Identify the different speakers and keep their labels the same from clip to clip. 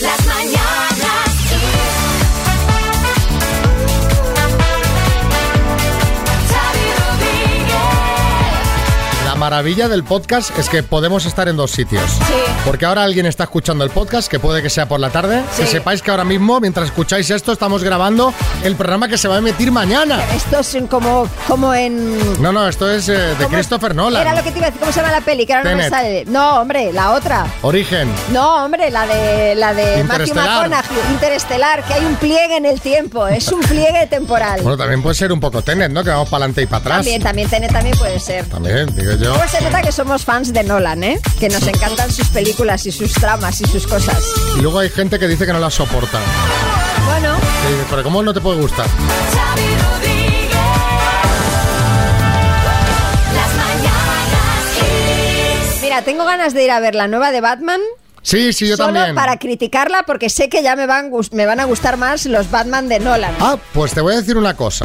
Speaker 1: Las mañanas
Speaker 2: La maravilla del podcast es que podemos estar en dos sitios. Porque ahora alguien está escuchando el podcast, que puede que sea por la tarde.
Speaker 3: Sí.
Speaker 2: Que sepáis que ahora mismo, mientras escucháis esto, estamos grabando el programa que se va a emitir mañana.
Speaker 3: Esto es un- como, como en...
Speaker 2: No, no, esto es eh, de Christopher Nolan.
Speaker 3: Era lo que te iba a decir, ¿cómo se llama la peli? Que ahora no me
Speaker 2: Tenet.
Speaker 3: sale. No, hombre, la otra.
Speaker 2: Origen.
Speaker 3: No, hombre, la de la de Matthew
Speaker 2: Interestelar.
Speaker 3: McConaughey, Interestelar, que hay un pliegue en el tiempo, es un pliegue temporal.
Speaker 2: Bueno, también puede ser un poco Tenet, ¿no? Que vamos para adelante y para atrás.
Speaker 3: También, también Tenet también puede ser.
Speaker 2: También, digo yo.
Speaker 3: Pues se nota que somos fans de Nolan, ¿eh? Que nos encantan sus películas y sus tramas y sus cosas.
Speaker 2: Y luego hay gente que dice que no la soporta.
Speaker 3: Bueno,
Speaker 2: Que dice, Pero ¿cómo no te puede gustar?
Speaker 1: Xavi Rodríguez. Las mañanas Kiss.
Speaker 3: mira, tengo ganas de ir a ver la nueva de Batman.
Speaker 2: Sí, sí, yo
Speaker 3: solo
Speaker 2: también.
Speaker 3: para criticarla porque sé que ya me van, gus- me van a gustar más los Batman de Nolan.
Speaker 2: Ah, pues te voy a decir una cosa.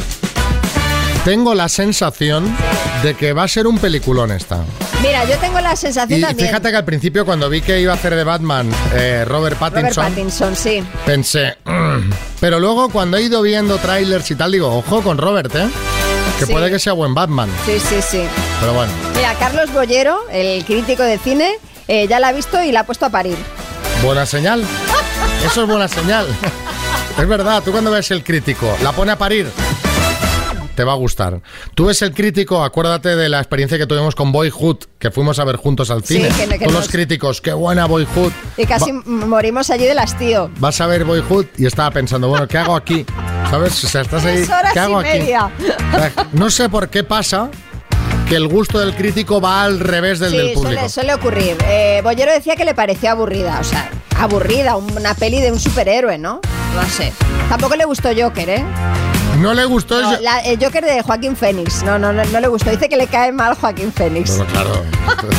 Speaker 2: Tengo la sensación de que va a ser un peliculón esta.
Speaker 3: Mira, yo tengo la sensación
Speaker 2: Y
Speaker 3: también.
Speaker 2: fíjate que al principio cuando vi que iba a hacer de Batman eh, Robert
Speaker 3: Robert
Speaker 2: Pattinson,
Speaker 3: Pattinson, sí.
Speaker 2: pensé... "Mm". Pero luego cuando he ido viendo trailers y tal, digo, ojo con Robert, ¿eh? Que
Speaker 3: Sí.
Speaker 2: puede que sea buen Batman.
Speaker 3: Sí, sí, sí.
Speaker 2: Pero bueno,
Speaker 3: Mira, Carlos Bollero, el crítico de cine, eh, ya la ha visto y la ha puesto a parir.
Speaker 2: buena señal. Eso es buena señal. Es verdad, tú cuando ves el crítico, la pone a parir. Te va a gustar. Tú ves el crítico, acuérdate de la experiencia que tuvimos con Boyhood, que fuimos a ver juntos al
Speaker 3: Sí,
Speaker 2: cine.
Speaker 3: que no- que
Speaker 2: Con
Speaker 3: no-
Speaker 2: los críticos, qué buena Boyhood.
Speaker 3: Y casi
Speaker 2: Va-
Speaker 3: m- morimos allí del hastío.
Speaker 2: vas a ver Boyhood y estaba pensando, bueno, ¿qué hago aquí? ¿Sabes? O sea, estás ahí,
Speaker 3: Tres horas
Speaker 2: ¿qué hago
Speaker 3: y
Speaker 2: aquí?
Speaker 3: media.
Speaker 2: O sea, No sé por qué pasa que el gusto del crítico va al revés del del
Speaker 3: Sí,
Speaker 2: público.
Speaker 3: suele, suele ocurrir. Eh, Bollero decía que le pareció aburrida, o sea, aburrida, una peli de un superhéroe, ¿no? No sé. Tampoco le gustó Joker, ¿eh?
Speaker 2: No le gustó
Speaker 3: No,
Speaker 2: eso.
Speaker 3: la- el Joker de Joaquín Fénix. No, no, no, no le gustó. Dice que le cae mal Joaquín Fénix.
Speaker 2: Bueno, claro.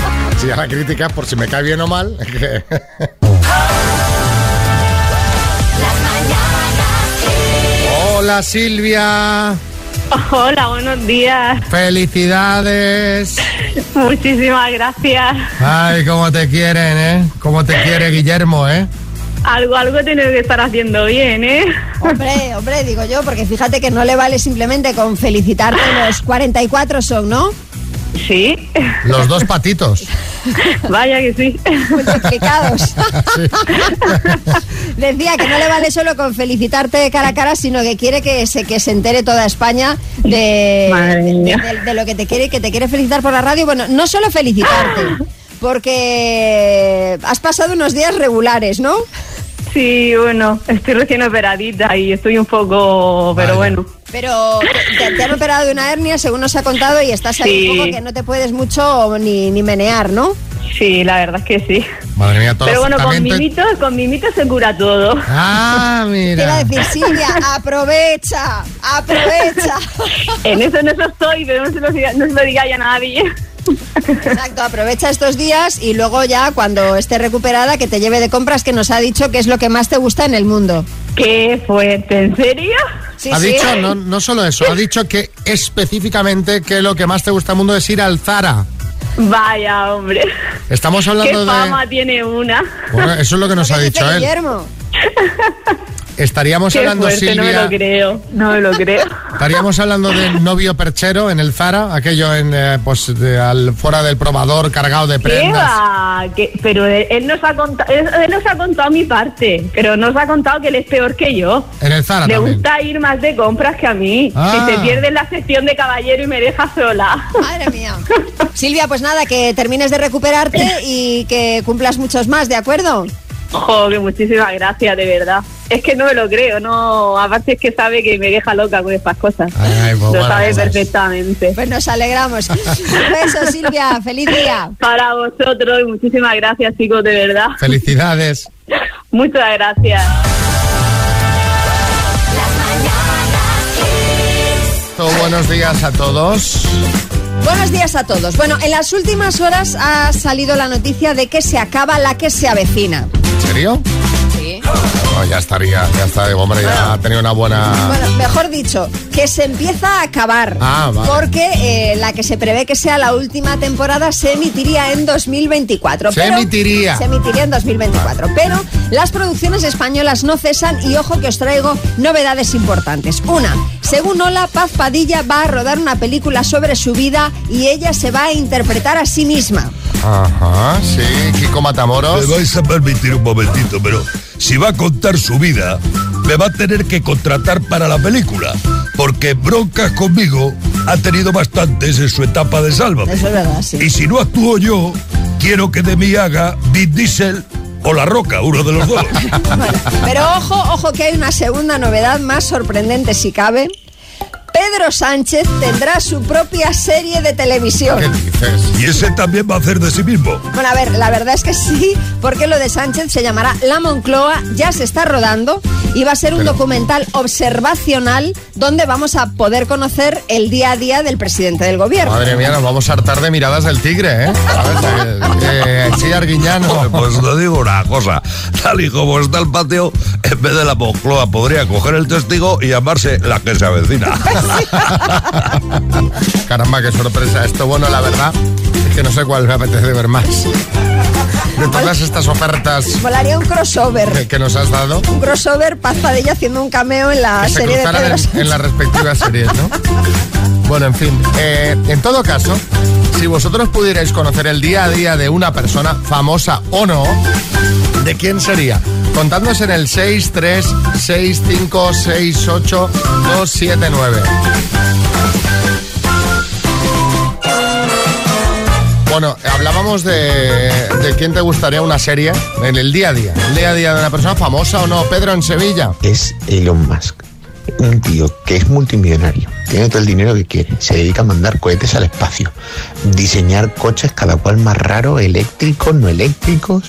Speaker 2: Si ya la crítica, por si me cae bien o mal. que-
Speaker 1: Las mañanas Kiss.
Speaker 2: Hola Silvia,
Speaker 4: Hola, buenos días.
Speaker 2: felicidades.
Speaker 4: Muchísimas gracias.
Speaker 2: Ay, cómo te quieren, ¿eh? Cómo te quiere Guillermo, ¿eh?
Speaker 4: Algo, algo tienes que estar haciendo bien, ¿eh?
Speaker 3: Hombre, hombre, digo yo, porque fíjate que no le vale simplemente con felicitarte los 44 son, ¿no?
Speaker 4: Sí.
Speaker 2: Los dos patitos.
Speaker 4: Vaya que sí.
Speaker 3: Multiplicados. Decía que no le vale solo con felicitarte cara a cara, sino que quiere que se, que se entere toda España de,
Speaker 4: Madre
Speaker 3: de-
Speaker 4: mía.
Speaker 3: de- de lo que te quiere y que te quiere felicitar por la radio. Bueno, no solo felicitarte, porque has pasado unos días regulares, ¿no?
Speaker 4: Sí, bueno, estoy recién operadita y estoy un poco, pero
Speaker 2: Vaya.
Speaker 4: bueno.
Speaker 3: Pero te, te han operado de una hernia, según nos ha contado, y estás ahí
Speaker 4: Sí.
Speaker 3: un poco que no te puedes mucho ni, ni menear, ¿no?
Speaker 4: Sí, la verdad es que sí.
Speaker 2: Madre mía, todo
Speaker 4: Pero bueno, con
Speaker 2: también te-
Speaker 4: mimito, con mimito se cura todo.
Speaker 2: Ah,
Speaker 3: Te iba
Speaker 2: mira.
Speaker 3: a decir, Silvia, aprovecha, aprovecha.
Speaker 4: En eso no estoy, pero no se lo diga, no se lo diga ya a nadie.
Speaker 3: Exacto, aprovecha estos días y luego ya cuando esté recuperada que te lleve de compras que nos ha dicho que es lo que más te gusta en el mundo.
Speaker 4: Qué fuerte, ¿en serio?
Speaker 3: Sí,
Speaker 2: ha
Speaker 3: sí.
Speaker 2: dicho, no, no solo eso, ha dicho que específicamente que lo que más te gusta del mundo es ir al Zara.
Speaker 4: Vaya, hombre.
Speaker 2: Estamos
Speaker 4: Qué
Speaker 2: hablando
Speaker 4: fama
Speaker 2: de...
Speaker 4: tiene una.
Speaker 2: Bueno, eso es lo que nos
Speaker 3: ¿Qué
Speaker 2: ha
Speaker 3: dice
Speaker 2: dicho él.
Speaker 3: Guillermo?
Speaker 2: Estaríamos
Speaker 4: Qué
Speaker 2: hablando,
Speaker 4: fuerte, no me lo
Speaker 2: Silvia,
Speaker 4: creo. No me lo creo.
Speaker 2: estaríamos hablando de novio perchero en el Zara, aquello en, eh, pues, de al, fuera del probador cargado de
Speaker 4: ¿Qué
Speaker 2: prendas.
Speaker 4: va? ¿Qué? Pero él, él nos ha contado, él, él nos ha contado mi parte, pero nos ha contado que él es peor que yo.
Speaker 2: En el Zara
Speaker 4: Le
Speaker 2: Ah, también.
Speaker 4: gusta ir más de compras que a mí.
Speaker 2: Ah.
Speaker 4: Y se pierde la sección de caballero y me deja sola.
Speaker 3: Madre mía. Silvia, pues nada, que termines de recuperarte y que cumplas muchos más, ¿de acuerdo?
Speaker 4: Joder, muchísimas gracias, de verdad. Es que no me lo creo, no. Aparte es que sabe que me deja loca con estas cosas.
Speaker 2: Ay, ay, pues
Speaker 4: lo
Speaker 2: bueno,
Speaker 4: sabe
Speaker 2: pues.
Speaker 4: perfectamente.
Speaker 3: Pues nos alegramos. Un beso, Silvia, feliz día.
Speaker 4: Para vosotros, y muchísimas gracias, chicos, de verdad.
Speaker 2: Felicidades.
Speaker 4: Muchas gracias.
Speaker 1: Las mañanas Kiss.
Speaker 2: Oh, Buenos días a todos.
Speaker 3: Buenos días a todos. Bueno, en las últimas horas ha salido la noticia de que se acaba la que se avecina.
Speaker 2: ¿En serio?
Speaker 3: Sí.
Speaker 2: No, ya estaría, ya está. Digo, hombre, ya ha tenido una buena.
Speaker 3: Bueno, mejor dicho, que se empieza a acabar.
Speaker 2: Ah, vale.
Speaker 3: Porque eh, la que se prevé que sea la última temporada se emitiría en 2024.
Speaker 2: Se
Speaker 3: pero-
Speaker 2: emitiría.
Speaker 3: Se emitiría en 2024. Pero las producciones españolas no cesan y ojo que os traigo novedades importantes. Una, según Ola, Paz Padilla va a rodar una película sobre su vida y ella se va a interpretar a sí misma.
Speaker 2: Ajá, sí, Kiko
Speaker 5: Me
Speaker 2: Matamoros.
Speaker 5: vais a permitir un momentito, pero si va a contar su vida, me va a tener que contratar para la película, porque broncas conmigo ha tenido bastantes en su etapa de Sálvame.
Speaker 3: Eso es verdad, sí.
Speaker 5: Y si no actúo yo, quiero que de mí haga Vin Diesel o La Roca, uno de los dos.
Speaker 3: Bueno, pero ojo, ojo que hay una segunda novedad más sorprendente si cabe. Pedro Sánchez tendrá su propia serie de
Speaker 2: ¿Qué
Speaker 3: televisión.
Speaker 2: dices?
Speaker 5: Y ese también va a hacer de sí mismo.
Speaker 3: Bueno, a ver, la verdad es que sí, porque lo de Sánchez se llamará La Moncloa, ya se está rodando y va a ser un
Speaker 2: Pero-
Speaker 3: documental observacional donde vamos a poder conocer el día a día del presidente del gobierno.
Speaker 2: Madre mía, nos vamos a hartar de miradas del tigre, ¿eh? ¿Sabes? Eh, eh, sí,
Speaker 5: Joder,
Speaker 2: Arguiñano.
Speaker 5: Pues te digo una cosa, tal y como está el patio, en vez de la Moncloa podría coger el testigo y llamarse la que se avecina.
Speaker 2: Caramba, qué sorpresa. Esto, bueno, la verdad es que no sé cuál me apetece ver más. De todas estas ofertas
Speaker 3: Volaría un crossover,
Speaker 2: que, que nos has dado,
Speaker 3: un crossover Paz Padilla haciendo un cameo en la
Speaker 2: que se
Speaker 3: Ah, serie de
Speaker 2: cruzaran
Speaker 3: Pedro Sánchez.
Speaker 2: en, en las respectivas series, ¿no? Bueno, en fin. eh, en todo caso, si vosotros pudierais conocer el día a día de una persona, famosa o no, ¿de quién sería? Contadnos en el 636568279. Bueno, hablábamos de, de quién te gustaría una serie en el día a día. El día a día de una persona famosa o no. Pedro en Sevilla.
Speaker 6: es Elon Musk. Un tío que es multimillonario, tiene todo el dinero que quiere, se dedica a mandar cohetes al espacio, diseñar coches cada cual más raro, eléctricos, no eléctricos.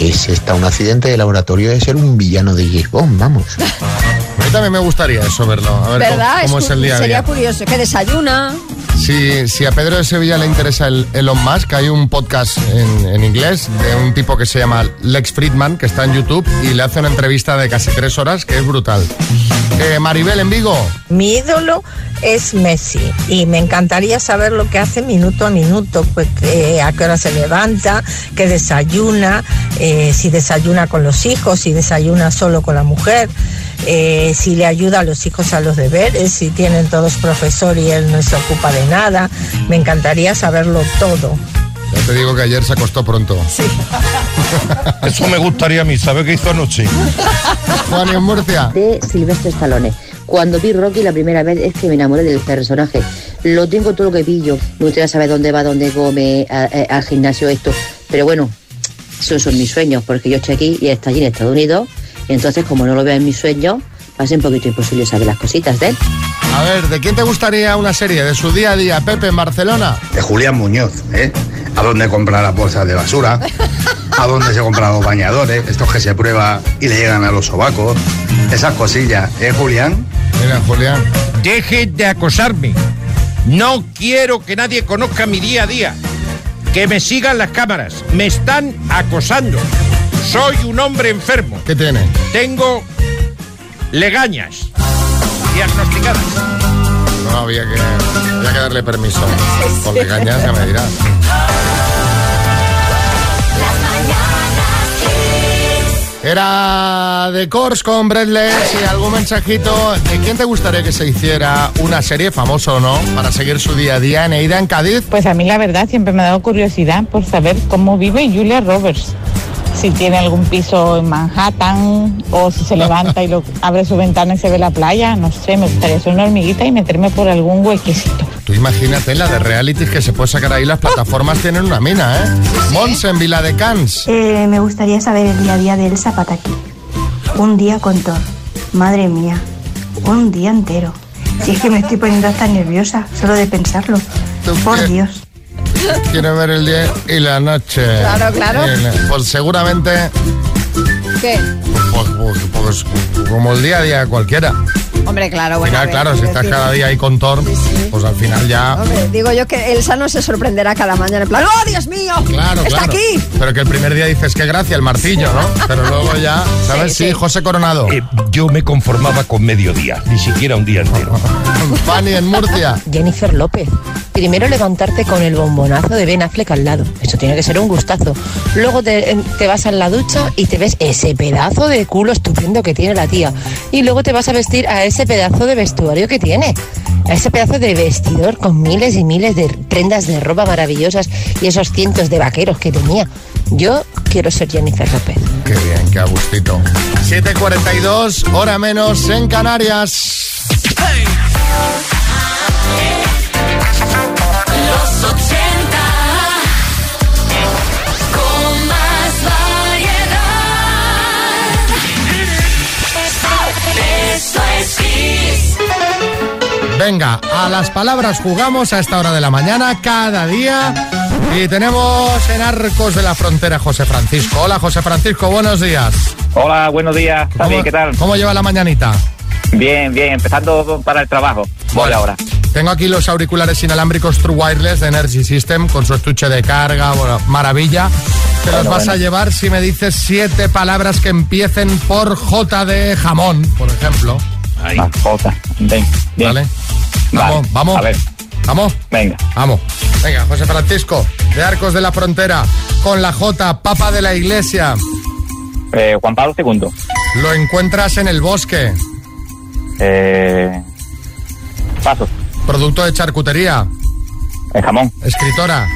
Speaker 6: Es está un accidente de laboratorio de ser un villano de James Bond, vamos.
Speaker 2: A mí también me gustaría eso verlo. A ver cómo,
Speaker 3: ¿Verdad?
Speaker 2: cómo es,
Speaker 3: cu-
Speaker 2: el día a
Speaker 3: sería
Speaker 2: día.
Speaker 3: curioso que desayuna.
Speaker 2: Si, si a Pedro de Sevilla le interesa el Elon Musk, hay un podcast en, en inglés de un tipo que se llama Lex Friedman, que está en YouTube, y le hace una entrevista de casi tres horas que es brutal. Eh, Maribel en Vigo.
Speaker 7: Mi ídolo es Messi y me encantaría saber lo que hace minuto a minuto, pues eh, a qué hora se levanta, qué desayuna, eh, si desayuna con los hijos, si desayuna solo con la mujer, eh, si le ayuda a los hijos a los deberes, si tienen todos profesor y él no se ocupa de nada. Me encantaría saberlo todo.
Speaker 2: Ya te digo que ayer se acostó pronto.
Speaker 5: Eso me gustaría a mí, ¿sabe qué hizo anoche?
Speaker 2: Juan en Murcia.
Speaker 8: de Silvestre Stallone. Cuando vi Rocky la primera vez es que me enamoré del personaje. Lo tengo todo lo que pillo. Me gustaría saber dónde va, dónde come, a- a- al gimnasio, esto. Pero bueno, esos son mis sueños, porque yo estoy aquí y él está allí en Estados Unidos. Y entonces, como no lo veo en mis sueños, va a ser un poquito imposible saber las cositas de él.
Speaker 2: A ver, ¿de quién te gustaría una serie? ¿De su día a día? Pepe en Barcelona.
Speaker 9: de Julián Muñoz, ¿eh? A dónde comprar las bolsas de basura, a dónde se compran los bañadores, estos que se prueba y le llegan a los sobacos, esas cosillas, ¿eh, Julián?
Speaker 2: Mira, Julián.
Speaker 10: Dejen de acosarme. No quiero que nadie conozca mi día a día. Que me sigan las cámaras. Me están acosando. Soy un hombre enfermo.
Speaker 2: ¿Qué tiene?
Speaker 10: Tengo legañas diagnosticadas.
Speaker 2: No había que, había que darle permiso. Con legañas ya me dirás.
Speaker 11: Las mañanas Kiss.
Speaker 2: Era de Cors con Breathless y algún mensajito. ¿De quién te gustaría que se hiciera una serie, famoso o no, para seguir su día a día en Eida, en Cádiz?
Speaker 7: Pues a mí la verdad siempre me ha dado curiosidad por saber cómo vive Julia Roberts. Si tiene algún piso en Manhattan o si se levanta y lo, abre su ventana y se ve la playa, no sé, me gustaría ser una hormiguita y meterme por algún huequecito.
Speaker 2: Tú imagínate la de realities que se puede sacar ahí. Las plataformas tienen una mina, ¿eh? Mons en Vila de Cans.
Speaker 12: Eh, me gustaría saber el día a día de Elsa Pataki. Un día con Thor. Madre mía, un día entero. Si es que me estoy poniendo hasta nerviosa, solo de pensarlo.
Speaker 2: ¿Tú qué?
Speaker 12: Por Dios.
Speaker 2: Quiero ver el día y la noche.
Speaker 3: Claro, claro.
Speaker 2: Y la- Pues seguramente,
Speaker 3: ¿Qué?
Speaker 2: pues, pues- pues como el día a día de cualquiera.
Speaker 3: Hombre, claro, bueno.
Speaker 2: Mira,
Speaker 3: a ver,
Speaker 2: claro, si
Speaker 3: quiero
Speaker 2: estás
Speaker 3: decir-
Speaker 2: cada día ahí con Thor, pues al final ya.
Speaker 3: Hombre, digo yo que Elsa no se sorprenderá cada mañana en plan, ¡Oh, Dios mío!
Speaker 2: Claro,
Speaker 3: ¡Está
Speaker 2: claro.
Speaker 3: aquí!
Speaker 2: Pero que el primer día dices que gracia el martillo, ¿no? Pero luego ya, ¿sabes? Sí, José Coronado.
Speaker 13: Eh, yo me conformaba con mediodía, ni siquiera un día entero.
Speaker 2: Fanny en Murcia.
Speaker 8: Jennifer López. Primero levantarte con el bombonazo de Ben Affleck al lado. Eso tiene que ser un gustazo. Luego te, em, te vas a la ducha y te ves ese pedazo de culo estupendo que tiene la tía. Y luego te vas a vestir a ese pedazo de vestuario que tiene. A ese pedazo de vestidor con miles y miles de prendas de ropa maravillosas y esos cientos de vaqueros que tenía. Yo quiero ser Jennifer López.
Speaker 2: Qué bien, qué a gustito. 7.42, hora menos en Canarias.
Speaker 1: Los 80 con más variedad. Esto es Kiss.
Speaker 2: Venga, a las palabras jugamos a esta hora de la mañana, cada día. Y tenemos en Arcos de la Frontera José Francisco. Hola, José Francisco, buenos días.
Speaker 14: Hola, buenos días. Xavi, ¿Qué tal?
Speaker 2: ¿Cómo lleva la mañanita?
Speaker 14: Bien, bien. Empezando para el trabajo. Voy ahora.
Speaker 2: Tengo aquí los auriculares inalámbricos True Wireless de Energy System con su estuche de carga, bueno, maravilla. Te los
Speaker 14: Bueno,
Speaker 2: vas a
Speaker 14: bueno.
Speaker 2: llevar si me dices siete palabras que empiecen por J de jamón, por ejemplo.
Speaker 14: Ah, Jota. Ven, bien.
Speaker 2: Vale. Vamos, vamos.
Speaker 14: A ver.
Speaker 2: Vamos.
Speaker 14: Venga.
Speaker 2: Vamos. Venga, José Francisco, de Arcos de la Frontera, con la J, Papa de la Iglesia.
Speaker 14: Eh, Juan Pablo II.
Speaker 2: Lo encuentras en el bosque.
Speaker 14: Eh, paso.
Speaker 2: Producto de charcutería.
Speaker 14: El Eh, jamón.
Speaker 2: Escritora.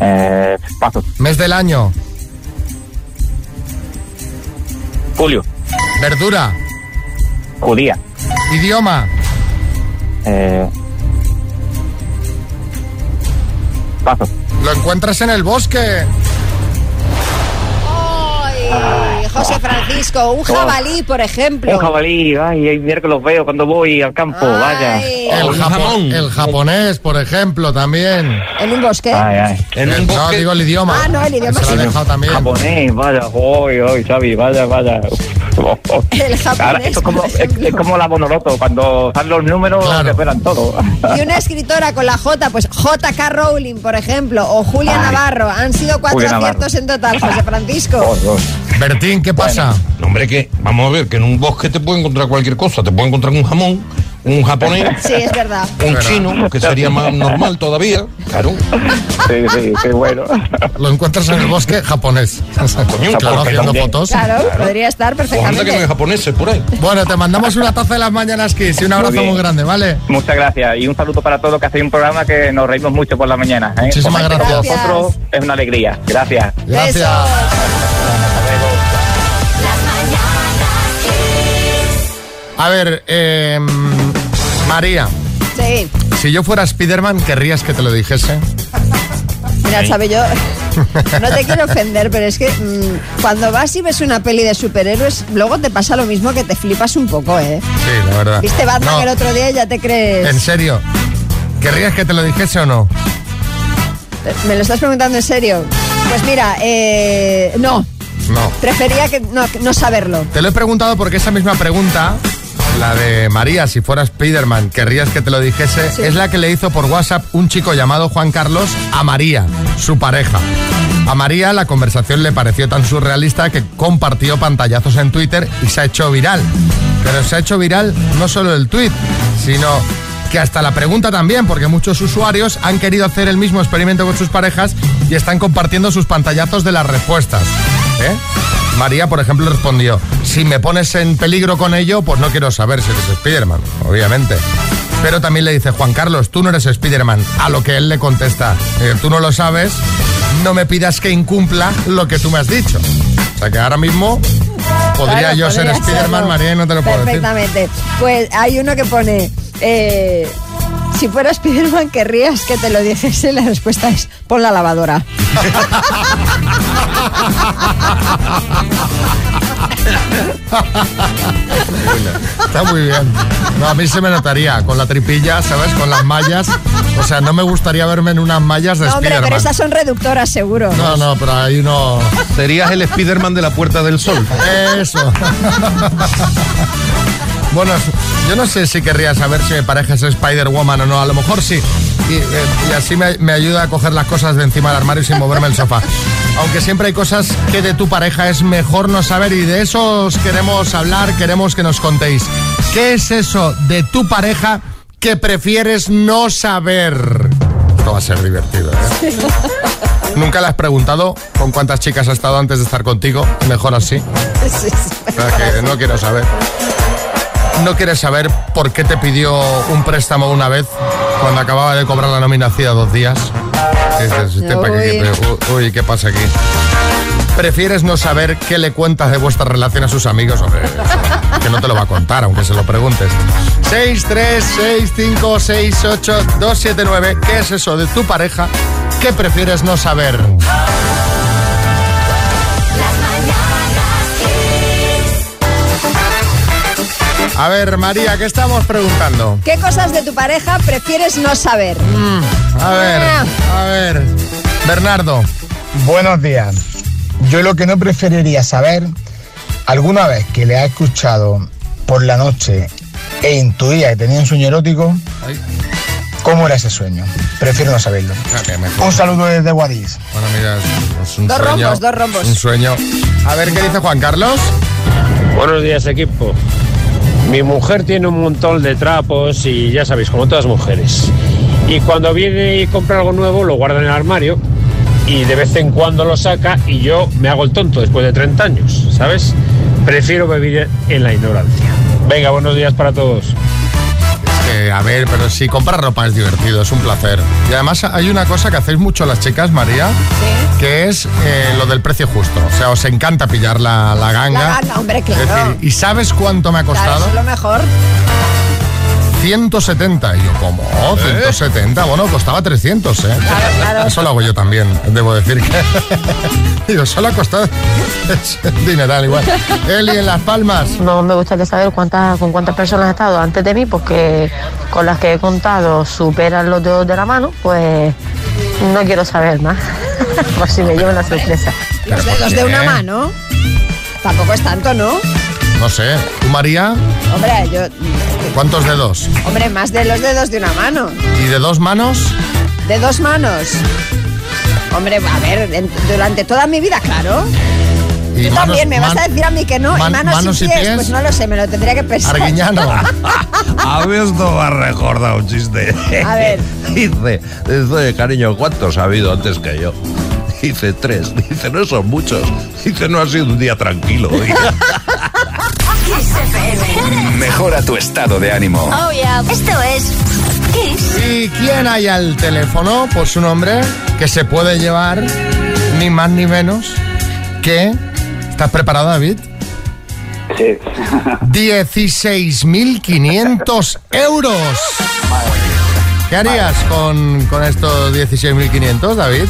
Speaker 14: Eh, paso.
Speaker 2: Mes del año.
Speaker 14: Julio.
Speaker 2: Verdura.
Speaker 14: Judía.
Speaker 2: Idioma.
Speaker 14: Eh, paso.
Speaker 2: Lo encuentras en el bosque.
Speaker 3: ¡Ay! José Francisco, un jabalí, por ejemplo.
Speaker 14: Un jabalí. pues, Ay, ay, mira que los veo cuando voy al campo. Vaya.
Speaker 2: El, japo- el japonés, por ejemplo, también.
Speaker 3: ¿En un bosque?
Speaker 14: Ay, ay.
Speaker 2: El- no, digo el idioma.
Speaker 3: Ah, no, el idioma
Speaker 2: Se lo
Speaker 3: sí.
Speaker 2: ha dejado también.
Speaker 14: Japonés, vaya, hoy, hoy, Xavi, vaya, vaya.
Speaker 3: El japonés,
Speaker 14: Ahora, esto es como,
Speaker 3: por
Speaker 14: es, es como la Bonoloto, cuando están los números se esperan todo.
Speaker 3: Y una escritora con la J, pues J.K. Rowling, por ejemplo, o Julia Navarro. Han sido cuatro
Speaker 15: Julia Navarro.
Speaker 3: aciertos en total, José Francisco.
Speaker 2: Bertín, ¿qué pasa?
Speaker 15: No, hombre, que vamos a ver, que en un bosque te puede encontrar cualquier cosa. Te puede encontrar un jamón, un japonés,
Speaker 3: Sí, es verdad.
Speaker 15: un chino, que sería más normal todavía. Claro.
Speaker 14: Sí, sí, qué bueno.
Speaker 2: Lo encuentras en el bosque japonés. Coño, claro,
Speaker 15: porque
Speaker 2: haciendo
Speaker 15: también.
Speaker 2: fotos.
Speaker 3: Claro, podría estar
Speaker 15: Pues anda que no hay
Speaker 3: perfectamente.
Speaker 15: japoneses por ahí.
Speaker 2: Bueno, te mandamos una taza de las mañanas Kiss y un abrazo
Speaker 14: Muy
Speaker 2: muy,
Speaker 14: bien.
Speaker 2: grande, ¿vale?
Speaker 14: Muchas gracias y un saludo para todos que hacéis un programa que nos reímos mucho por la mañana. ¿eh?
Speaker 2: Muchísimas
Speaker 14: Compartir con
Speaker 2: gracias.
Speaker 14: vosotros es una alegría. Gracias.
Speaker 2: Gracias. A ver, eh, María,
Speaker 3: Sí.
Speaker 2: si yo fuera Spiderman, ¿querrías que te lo dijese?
Speaker 3: Mira, Xavi, yo no te quiero ofender, pero es que mm, cuando vas y ves una peli de superhéroes, luego te pasa lo mismo que te flipas un poco, ¿eh?
Speaker 2: Sí, la verdad.
Speaker 3: Viste Batman
Speaker 2: No,
Speaker 3: el otro día y ya te
Speaker 2: En
Speaker 3: crees...
Speaker 2: serio, ¿querrías que te lo dijese o no?
Speaker 3: Eh, ¿Me lo estás preguntando en serio? Pues mira, eh, no,
Speaker 2: No.
Speaker 3: prefería que no, que no saberlo.
Speaker 2: Te lo he preguntado porque esa misma pregunta, la de María, si fuera Spiderman, ¿querrías que te lo dijese? Es la que le hizo por WhatsApp un chico llamado Juan Carlos a María, su pareja. A María la conversación le pareció tan surrealista que compartió pantallazos en Twitter y se ha hecho viral. Pero se ha hecho viral no solo el tweet, sino que hasta la pregunta también, porque muchos usuarios han querido hacer el mismo experimento con sus parejas y están compartiendo sus pantallazos de las respuestas. ¿eh? María, por ejemplo, respondió, si me pones en peligro con ello, pues no quiero saber si eres Spiderman, obviamente. Pero también le dice, Juan Carlos, tú no eres Spiderman, a lo que él le contesta, "Eh, tú no lo sabes, no me pidas que incumpla lo que tú me has dicho. O sea que ahora mismo podría
Speaker 3: Claro,
Speaker 2: yo ser
Speaker 3: podría
Speaker 2: Spiderman,
Speaker 3: serlo.
Speaker 2: María, y no te lo puedo decir.
Speaker 3: Perfectamente. Pues hay uno que pone... eh, si fuera Spiderman, querrías que te lo dijese. La respuesta es: pon la lavadora.
Speaker 2: Está muy bien. No, a mí se me notaría con la tripilla, ¿sabes? Con las mallas. O sea, no me gustaría verme en unas mallas de
Speaker 3: No, hombre,
Speaker 2: Spiderman.
Speaker 3: pero esas son reductoras, seguro.
Speaker 2: No, no, pero ahí no.
Speaker 10: Serías el Spiderman de la Puerta del Sol.
Speaker 2: Eso. Bueno, yo no sé si querría saber si mi pareja es Spider-Woman o no. A lo mejor sí. Y, eh, y así me, me ayuda a coger las cosas de encima del armario sin moverme el sofá. Aunque siempre hay cosas que de tu pareja es mejor no saber y de eso os queremos hablar, queremos que nos contéis. ¿Qué es eso de tu pareja que prefieres no saber? Esto va a ser divertido. ¿eh? ¿Nunca le has preguntado con cuántas chicas ha estado antes de estar contigo? Mejor así.
Speaker 3: Sí, sí.
Speaker 2: No, es que no quiero saber. No quieres saber por qué te pidió un préstamo una vez cuando acababa de cobrar la nómina hacía dos días. ¿Qué dices? Este pa' qué- qué- uy, ¿qué pasa aquí? ¿Prefieres no saber qué le cuentas de vuestra relación a sus amigos? Hombre, eso, que no te lo va a contar, aunque se lo preguntes. 6, 3, 6, 5, 6, 8, 2, 7, 9. ¿Qué es eso de tu pareja? ¿Qué prefieres no saber? A ver, María, ¿qué estamos preguntando?
Speaker 3: ¿Qué cosas de tu pareja prefieres no saber?
Speaker 2: A ver, a ver. Bernardo.
Speaker 16: Buenos días. Yo lo que no preferiría saber, alguna vez que le ha escuchado por la noche e intuía que tenía un sueño erótico, ¿cómo era ese sueño? Prefiero no saberlo. Un saludo desde Guadix.
Speaker 2: Bueno, mira, es un
Speaker 16: Dos
Speaker 2: sueño.
Speaker 16: rombos, dos rombos.
Speaker 2: Un sueño. A ver, ¿qué dice Juan Carlos?
Speaker 17: Buenos días, equipo. Mi mujer tiene un montón de trapos y ya sabéis, como todas mujeres. Y cuando viene y compra algo nuevo, lo guarda en el armario y de vez en cuando lo saca y yo me hago el tonto después de 30 años, ¿sabes? Prefiero vivir en la ignorancia. Venga, buenos días para todos.
Speaker 2: Eh, a ver, pero sí, comprar ropa es divertido, es un placer. Y además hay una cosa que hacéis mucho las chicas, María, que es eh, lo del precio justo. O sea, os encanta pillar la, la ganga.
Speaker 3: La gana, hombre,
Speaker 2: Es
Speaker 3: claro.
Speaker 2: decir, ¿y sabes cuánto me ha
Speaker 3: Claro,
Speaker 2: costado?
Speaker 3: eso es lo mejor.
Speaker 2: 170. Y yo, ¿cómo? 170. Bueno, costaba 300, ¿eh? Eso lo hago yo también, debo decir que. Digo, solo ha costado es un dineral igual. Eli en Las Palmas.
Speaker 18: No me gustaría saber cuántas, con cuántas personas he estado antes de mí, porque con las que he contado superan los dedos de la mano, pues no quiero saber más, por si me llevo la sorpresa.
Speaker 3: Los dedos de una mano. Tampoco es tanto, ¿no?
Speaker 2: No sé. ¿Tú, María?
Speaker 3: Hombre, yo.
Speaker 2: ¿Cuántos dedos?
Speaker 3: Hombre, más de los dedos de una mano.
Speaker 2: ¿Y de dos manos?
Speaker 3: De dos manos. Hombre, a ver, en- durante toda mi vida, claro.
Speaker 2: ¿Y
Speaker 3: Tú
Speaker 2: manos-
Speaker 3: también me vas
Speaker 2: man-
Speaker 3: a decir a mí que no.
Speaker 2: man-
Speaker 3: y manos,
Speaker 2: manos
Speaker 3: y,
Speaker 2: y
Speaker 3: pies,
Speaker 2: pies?
Speaker 3: pues no lo sé, me lo tendría que pensar.
Speaker 2: Arguiñano.
Speaker 10: A mí esto me ha recordado un chiste.
Speaker 3: A ver.
Speaker 10: Dice, dice, cariño, ¿cuántos ha habido antes que yo? Dice, tres. Dice, no son muchos. Dice, no ha sido un día tranquilo. hoy".
Speaker 19: Mejora tu estado de ánimo.
Speaker 1: Oh yeah, esto es Kiss.
Speaker 2: ¿Y quién hay al teléfono? Pues un hombre que se puede llevar ni más ni menos que... ¿Estás preparado, David?
Speaker 20: Sí.
Speaker 2: 16.500 euros. ¿Qué harías con, con estos 16.500, David?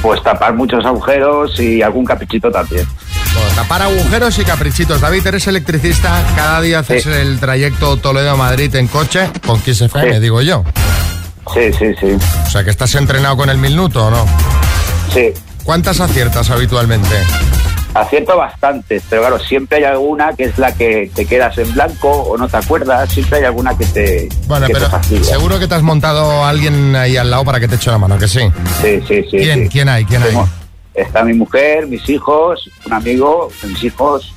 Speaker 20: Pues tapar muchos agujeros y algún caprichito también.
Speaker 2: Bueno, tapar agujeros y caprichitos. David, eres electricista, cada día haces el trayecto Toledo-Madrid en coche con Kiss FM, digo yo.
Speaker 20: Sí, sí, sí.
Speaker 2: O sea, que estás entrenado con el minuto, ¿o no?
Speaker 20: Sí.
Speaker 2: ¿Cuántas aciertas habitualmente?
Speaker 20: Acierto bastantes, pero claro, siempre hay alguna que es la que te quedas en blanco o no te acuerdas, siempre hay alguna que te...
Speaker 2: Bueno,
Speaker 20: que te
Speaker 2: pero
Speaker 20: fastidia.
Speaker 2: seguro que te has montado a alguien ahí al lado para que te eche la mano, que sí.
Speaker 20: Sí, sí, sí.
Speaker 2: ¿Quién?
Speaker 20: sí.
Speaker 2: ¿Quién hay? ¿Quién hay?
Speaker 20: Está mi mujer, mis hijos, un amigo, mis hijos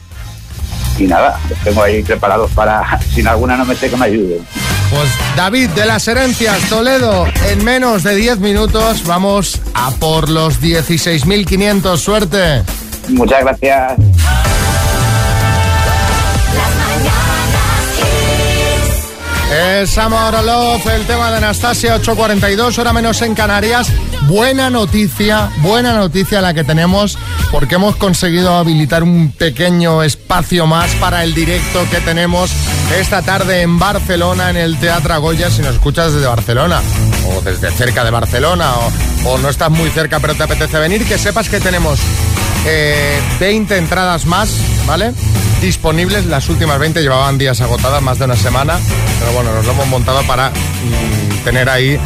Speaker 20: y nada, los tengo ahí preparados para, sin alguna no me sé que me ayuden.
Speaker 2: Pues David de las Herencias, Toledo, en menos de 10 minutos vamos a por los 16.500. Suerte.
Speaker 20: Muchas gracias.
Speaker 2: Es Amor Love, el tema de Anastasia, 8.42, hora menos en Canarias. Buena noticia, buena noticia la que tenemos, porque hemos conseguido habilitar un pequeño espacio más para el directo que tenemos esta tarde en Barcelona, en el Teatro Goya, si nos escuchas desde Barcelona, o desde cerca de Barcelona, o, o no estás muy cerca pero te apetece venir, que sepas que tenemos eh, 20 entradas más, ¿vale? disponibles. Las últimas 20 llevaban días agotadas, más de una semana. Pero bueno, nos lo hemos montado para mm, tener ahí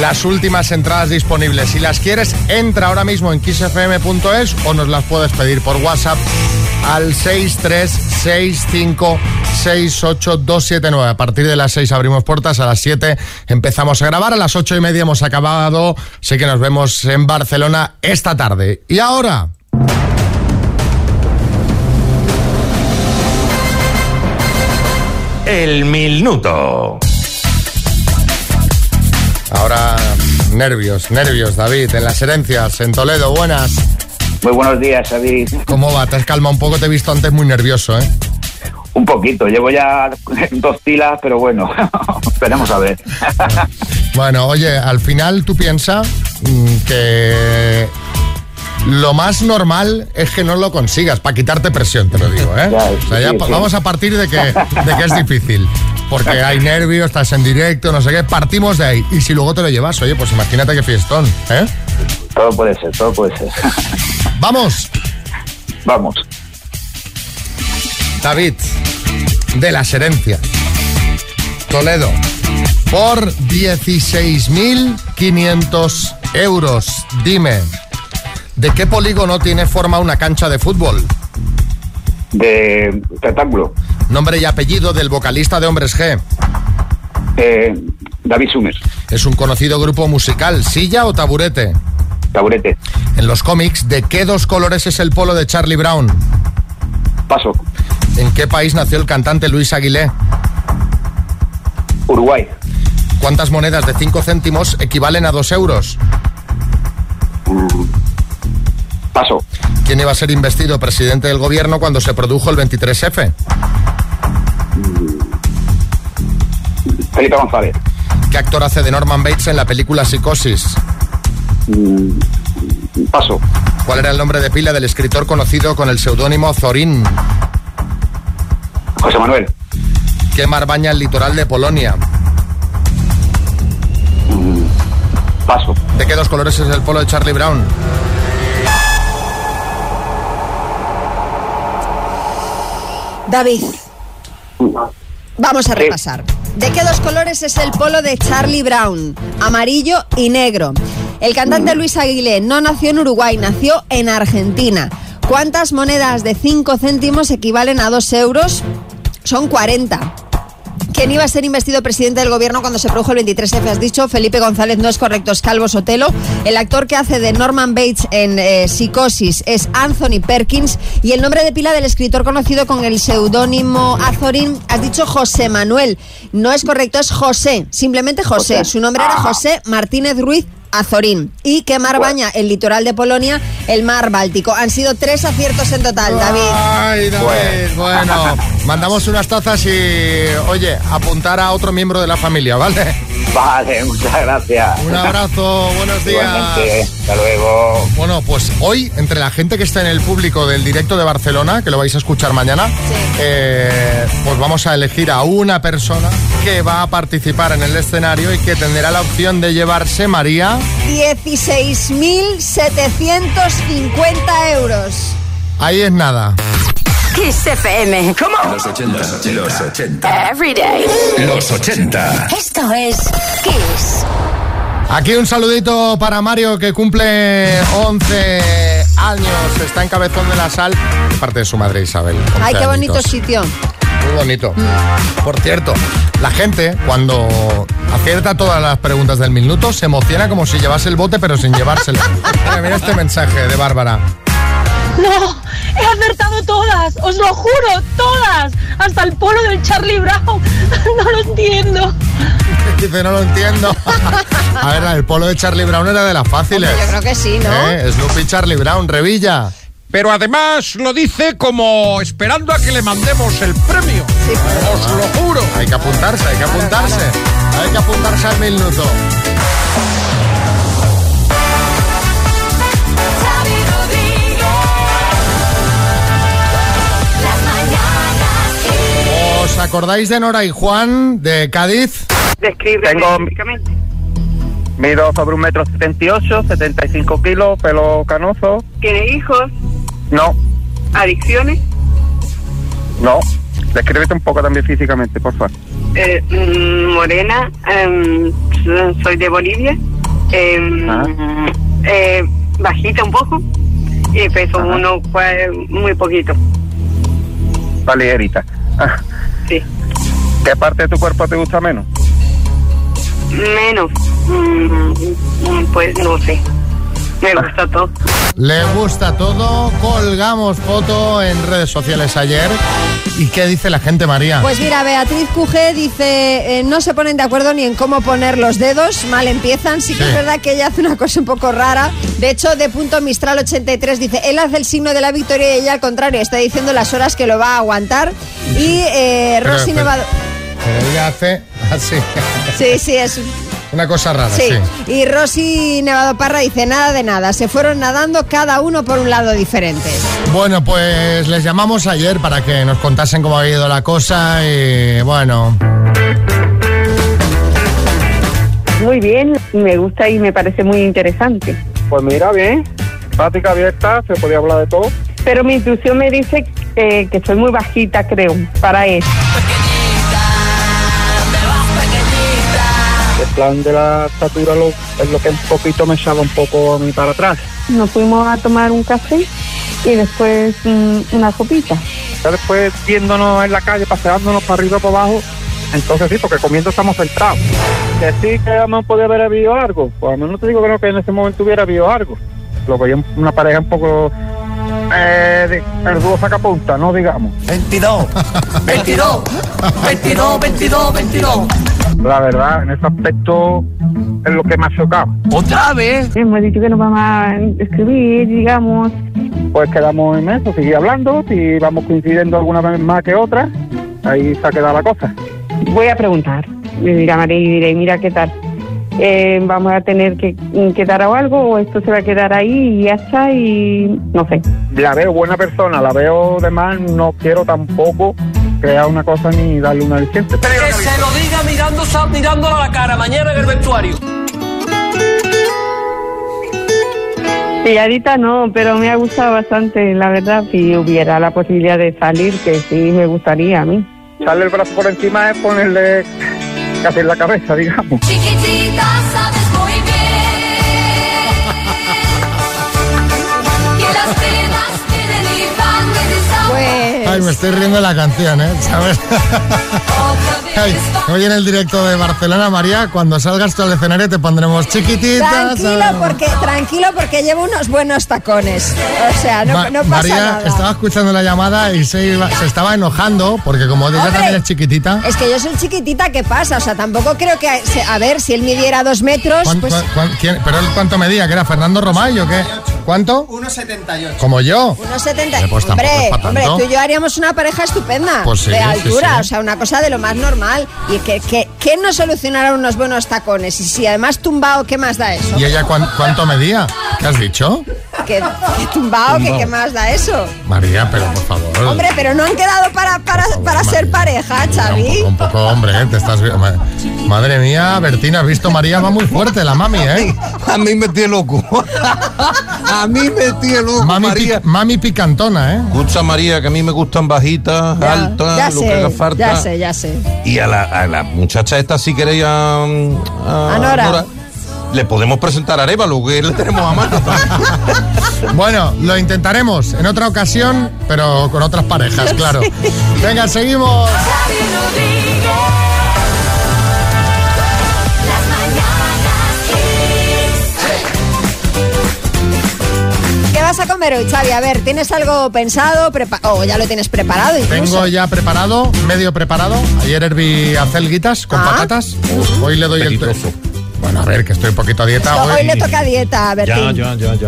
Speaker 2: las últimas entradas disponibles. Si las quieres, entra ahora mismo en kissfm.es o nos las puedes pedir por WhatsApp al 636568279. A partir de las 6 abrimos puertas, a las 7 empezamos a grabar, a las 8 y media hemos acabado. Sé que nos vemos en Barcelona esta tarde. Y ahora...
Speaker 19: El minuto.
Speaker 2: Ahora nervios, nervios, David, en las herencias, en Toledo, buenas.
Speaker 20: Muy buenos días, David.
Speaker 2: ¿Cómo va? Te has calmado un poco, te he visto antes muy nervioso, ¿eh?
Speaker 20: Un poquito, llevo ya dos pilas, pero bueno, esperemos a ver.
Speaker 2: Bueno, oye, al final tú piensas mm, que lo más normal es que no lo consigas, para quitarte presión, te lo digo, ¿eh? O sea, ya
Speaker 20: sí,
Speaker 2: pa-
Speaker 20: sí.
Speaker 2: vamos a partir de que, de que es difícil. Porque hay nervios, estás en directo, no sé qué, partimos de ahí. Y si luego te lo llevas, oye, pues imagínate qué fiestón, ¿eh?
Speaker 20: Todo puede ser, todo puede ser.
Speaker 2: ¡Vamos!
Speaker 20: Vamos.
Speaker 2: David, de las herencias. Toledo, por 16.500 euros. Dime, ¿de qué polígono tiene forma una cancha de fútbol?
Speaker 20: De rectángulo,
Speaker 2: Nombre y apellido del vocalista de Hombres G.
Speaker 20: eh, David Sumer,
Speaker 2: Es un conocido grupo musical, silla o taburete.
Speaker 20: taburete,
Speaker 2: En los cómics, ¿de qué dos colores es el polo de Charlie Brown?
Speaker 20: Paso.
Speaker 2: ¿En qué país nació el cantante Luis Aguilé?
Speaker 20: Uruguay,
Speaker 2: ¿Cuántas monedas de 5 céntimos equivalen a 2 euros?
Speaker 20: Paso.
Speaker 2: ¿Quién iba a ser investido presidente del gobierno cuando se produjo el 23F?
Speaker 20: Felipe González,
Speaker 2: ¿Qué actor hace de Norman Bates en la película Psicosis?
Speaker 20: mm, Paso.
Speaker 2: ¿Cuál era el nombre de pila del escritor conocido con el seudónimo Zorín?
Speaker 20: José Manuel,
Speaker 2: ¿Qué mar baña el litoral de Polonia?
Speaker 20: Paso.
Speaker 2: ¿De qué dos colores es el polo de Charlie Brown?
Speaker 3: David, vamos a repasar. ¿De qué dos colores es el polo de Charlie Brown? Amarillo y negro. El cantante Luis Aguilé no nació en Uruguay, nació en Argentina. ¿Cuántas monedas de 5 céntimos equivalen a 2 euros? Son 40. ¿Quién iba a ser investido presidente del gobierno cuando se produjo el 23F? Has dicho, Felipe González no es correcto, es Calvo Sotelo. El actor que hace de Norman Bates en eh, Psicosis es Anthony Perkins. Y el nombre de pila del escritor conocido con el seudónimo Azorín, has dicho José Manuel. No es correcto, es José, simplemente José. Su nombre era José Martínez Ruiz Azorín. Y que mar baña el litoral de Polonia, el mar Báltico. Han sido tres aciertos en total, David.
Speaker 2: Ay, David, bueno. Mandamos unas tazas y, oye, apuntar a otro miembro de la familia, ¿vale?
Speaker 20: Vale, muchas gracias.
Speaker 2: Un abrazo, buenos
Speaker 20: Igualmente,
Speaker 2: días.
Speaker 20: hasta luego.
Speaker 2: Bueno, pues hoy, entre la gente que está en el público del directo de Barcelona, que lo vais a escuchar mañana, eh, pues vamos a elegir a una persona que va a participar en el escenario y que tendrá la opción de llevarse, María,
Speaker 3: 16.750 euros.
Speaker 2: ahí es nada.
Speaker 1: Kiss FM.
Speaker 19: Los 80. Los 80.
Speaker 1: Every day.
Speaker 19: Los 80.
Speaker 1: Esto es Kiss.
Speaker 2: Aquí un saludito para Mario que cumple 11 años, está en Cabezón de la Sal, de parte de su madre Isabel. 11
Speaker 3: Ay, qué bonito
Speaker 2: añitos.
Speaker 3: sitio.
Speaker 2: Muy bonito. Por cierto, la gente cuando acierta todas las preguntas del minuto se emociona como si llevase el bote pero sin llevárselo. Mira, mira este mensaje de Bárbara.
Speaker 21: No, he acertado todas, os lo juro, todas, hasta el polo del Charlie Brown. No lo entiendo.
Speaker 2: Dice, no lo entiendo. A ver, el polo de Charlie Brown era de las fáciles.
Speaker 3: Yo creo que sí, ¿no?
Speaker 2: ¿Eh? Snoopy Charlie Brown, Revilla.
Speaker 15: Pero además lo dice como esperando a que le mandemos el premio. Os lo juro.
Speaker 2: Hay que apuntarse, hay que apuntarse. Hay que apuntarse al minuto. ¿Os acordáis de Nora y Juan de Cádiz?
Speaker 14: Describe. Tengo. Mido sobre un metro 78, 75 kilos, pelo canoso.
Speaker 4: ¿Tiene hijos?
Speaker 14: No,
Speaker 4: ¿Adicciones?
Speaker 14: No. Descríbete un poco también físicamente, por favor.
Speaker 22: Eh, mm, morena, em, so- soy de Bolivia, em, eh, bajita un poco y peso uno cua- muy poquito.
Speaker 14: Vale, Erita. Ah.
Speaker 22: Sí.
Speaker 14: ¿Qué parte de tu cuerpo te gusta menos?
Speaker 22: Menos, mm, mm, pues no sé, me
Speaker 14: Ah.
Speaker 22: gusta todo.
Speaker 2: Le gusta todo, colgamos foto en redes sociales ayer. ¿Y qué dice la gente, María?
Speaker 3: Pues mira, Beatriz Cujé dice, eh, no se ponen de acuerdo ni en cómo poner los dedos, mal empiezan, sí que
Speaker 2: Sí.
Speaker 3: es verdad que ella hace una cosa un poco rara. De hecho, de punto Mistral 83 dice, él hace el signo de la victoria y ella al contrario, está diciendo las horas que lo va a aguantar. Y eh,
Speaker 2: Pero,
Speaker 3: Rosy
Speaker 2: pero-
Speaker 3: Nevado...
Speaker 2: Pero ella hace así.
Speaker 3: Sí, sí, es...
Speaker 2: Una cosa rara,
Speaker 3: Sí.
Speaker 2: Ah, sí.
Speaker 3: Y Rosy Nevado Parra dice, nada de nada, se fueron nadando cada uno por un lado diferente.
Speaker 2: Bueno, pues les llamamos ayer para que nos contasen cómo ha ido la cosa y bueno.
Speaker 23: Muy bien, me gusta y me parece muy interesante.
Speaker 14: Pues mira, bien. Plática abierta, se podía hablar de todo.
Speaker 23: Pero mi intuición me dice eh, que soy muy bajita, creo, para eso.
Speaker 14: El plan de la estatura lo, es lo que un poquito me echaba un poco a mí para atrás.
Speaker 23: Nos fuimos a tomar un café y después mm, una copita.
Speaker 14: Ya después viéndonos en la calle, paseándonos para arriba para abajo, entonces sí, porque comiendo estamos centrados. Que sí que a mí podía haber habido algo. Pues a mí no te digo que no, que en ese momento hubiera habido algo. Lo veía una pareja un poco... Eh, de, el dúo saca punta, ¿no? Digamos. 22.
Speaker 24: 22, 22, 22, 22.
Speaker 14: La verdad, en ese aspecto es lo que me ha chocado.
Speaker 23: ¿Otra vez? Hemos dicho que nos vamos a escribir, digamos.
Speaker 14: Pues quedamos en eso, seguir hablando, si vamos coincidiendo alguna vez más que otra, ahí se ha quedado la cosa.
Speaker 23: Voy a preguntar. Le llamaré y diré, mira qué tal. Eh, vamos a tener que mm, quedar o algo o esto se va a quedar ahí y ya está y no sé.
Speaker 14: La veo buena persona, la veo de mal, no quiero tampoco crear una cosa ni darle una licencia.
Speaker 24: Que se lo diga mirando, mirándola a la cara mañana en el vestuario.
Speaker 23: Pilladita no, pero me ha gustado bastante, la verdad, si hubiera la posibilidad de salir, que sí me gustaría a mí.
Speaker 14: Echarle el brazo por encima es ponerle casi en la cabeza, digamos.
Speaker 24: Chiquitita, sabes muy bien. Que las penas tienen imán de
Speaker 3: Pues,
Speaker 24: sabor.
Speaker 2: Ay, me estoy riendo de la canción, ¿eh? ¿Sabes? Ay, hoy en el directo de Barcelona, María, cuando salgas tú al escenario te pondremos chiquitita.
Speaker 3: Tranquilo
Speaker 2: ¿sabes?
Speaker 3: porque, tranquilo porque lleva unos buenos tacones. O sea, no,
Speaker 2: Ma-
Speaker 3: no pasa
Speaker 2: María
Speaker 3: nada.
Speaker 2: estaba escuchando la llamada y se, iba- se estaba enojando porque como ella
Speaker 3: Hombre. Eh,
Speaker 2: también es chiquitita.
Speaker 3: Es que yo soy chiquitita, ¿qué pasa? O sea, tampoco creo que... A ver, si él midiera dos metros,
Speaker 2: ¿Cuán-
Speaker 3: pues...
Speaker 2: cuán- cuán- quién- ¿Pero él cuánto medía? ¿Que era Fernando Romay o qué? ¿Cuánto?
Speaker 3: 1,78.
Speaker 2: Como yo.
Speaker 3: Unos 70.
Speaker 2: Hombre, pues tampoco
Speaker 3: hombre,
Speaker 2: es pa'
Speaker 3: hombre,
Speaker 2: tanto.
Speaker 3: tú y yo haríamos una pareja estupenda.
Speaker 2: Pues sí,
Speaker 3: de
Speaker 2: sí,
Speaker 3: altura,
Speaker 2: sí.
Speaker 3: o sea, una cosa de lo más normal. ¿Y que, que, que no solucionará unos buenos tacones? Y si además tumbao, ¿qué más da eso?
Speaker 2: ¿Y ella cuán- cuánto medía? ¿Qué has dicho?
Speaker 3: ¿Qué, qué tumbao? ¿Qué,
Speaker 2: Tumbao.
Speaker 3: ¿Qué más da eso?
Speaker 2: María, pero por favor.
Speaker 3: Hombre, pero no han quedado para, para, para ser pareja, Xavi.
Speaker 2: Un poco hombre, ¿eh? Te estás... ma- Madre mía, Bertina, has visto María, va muy fuerte la mami, ¿eh? A mí me tiene loco. A mí me tiene loco, mami María. mami picantona, ¿eh?
Speaker 10: Escucha, María, que a mí me gustan bajitas, altas,
Speaker 3: Ya
Speaker 10: lo que
Speaker 3: sé,
Speaker 10: haga falta.
Speaker 3: ya sé, ya sé.
Speaker 10: Y a la, a la muchacha esta, si queréis, a, a
Speaker 3: A Nora.
Speaker 10: le podemos presentar a Arevalo, que le tenemos a mano.
Speaker 2: Bueno, lo intentaremos en otra ocasión, pero con otras parejas, claro. Venga, seguimos.
Speaker 3: ¿Qué vas a comer hoy, Xavi? A ver, ¿tienes algo pensado? Prepa- o ya lo tienes preparado incluso.
Speaker 2: Tengo ya preparado, medio preparado. Ayer herví acelguitas
Speaker 3: Ah.
Speaker 2: con patatas. Hoy le doy el... Bueno, a ver, que estoy un poquito a dieta.
Speaker 3: Hoy le toca dieta, Bertín.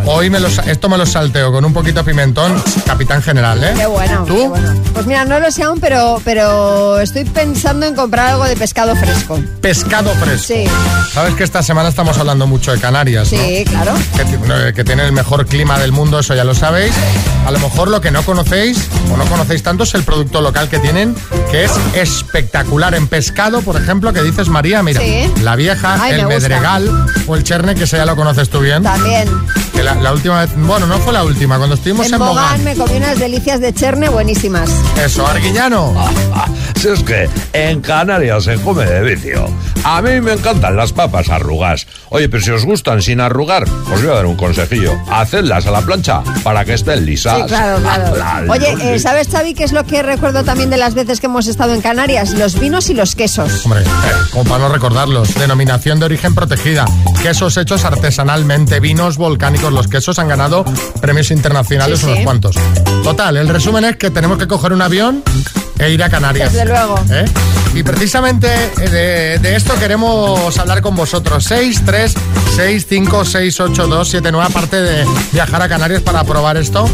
Speaker 2: Hoy me los, esto me lo salteo con un poquito de pimentón, capitán general, ¿eh?
Speaker 3: Qué bueno, qué bueno. Pues mira, no lo sé aún, pero, pero estoy pensando en comprar algo de pescado fresco.
Speaker 2: Pescado fresco.
Speaker 3: Sí,
Speaker 2: Sabes que esta semana estamos hablando mucho de Canarias, ¿no?
Speaker 3: sí, claro.
Speaker 2: que, ti- no, que tiene el mejor clima del mundo, eso ya lo sabéis. A lo mejor lo que no conocéis o no conocéis tanto es el producto local que tienen, que es espectacular en pescado, por ejemplo, que dices María, mira,
Speaker 3: Sí.
Speaker 2: la vieja,
Speaker 3: Ay,
Speaker 2: el
Speaker 3: me gusta
Speaker 2: Pedregal o el Cherne, que ese ya lo conoces tú bien.
Speaker 3: También.
Speaker 2: Que la, la última vez, bueno, no fue la última, cuando estuvimos en,
Speaker 3: En Mogán me comí unas delicias de cherne buenísimas.
Speaker 2: Eso, Arguiñano.
Speaker 10: Si es que en Canarias se come de vicio. A mí me encantan las papas arrugas. Oye, pero si os gustan sin arrugar, os voy a dar un consejillo. Hacedlas a la plancha para que estén lisas.
Speaker 3: Sí, claro, claro.
Speaker 10: Ah, la
Speaker 3: Oye,
Speaker 10: loli.
Speaker 3: eh, ¿sabes, Xavi, qué es lo que recuerdo también de las veces que hemos estado en Canarias? Los vinos y los quesos.
Speaker 2: Hombre, eh, como para no recordarlos, denominación de origen protegida, quesos hechos artesanalmente, vinos volcánicos, los quesos han ganado premios internacionales
Speaker 3: Sí,
Speaker 2: unos
Speaker 3: sí.
Speaker 2: cuantos. Total, el resumen es que tenemos que coger un avión e ir a Canarias.
Speaker 3: Desde luego.
Speaker 2: ¿Eh? Y precisamente eh, de, de esto queremos hablar con vosotros. 6, 3, 6, 5, 6, 8, 2, 7, 9, aparte de viajar a Canarias para probar esto.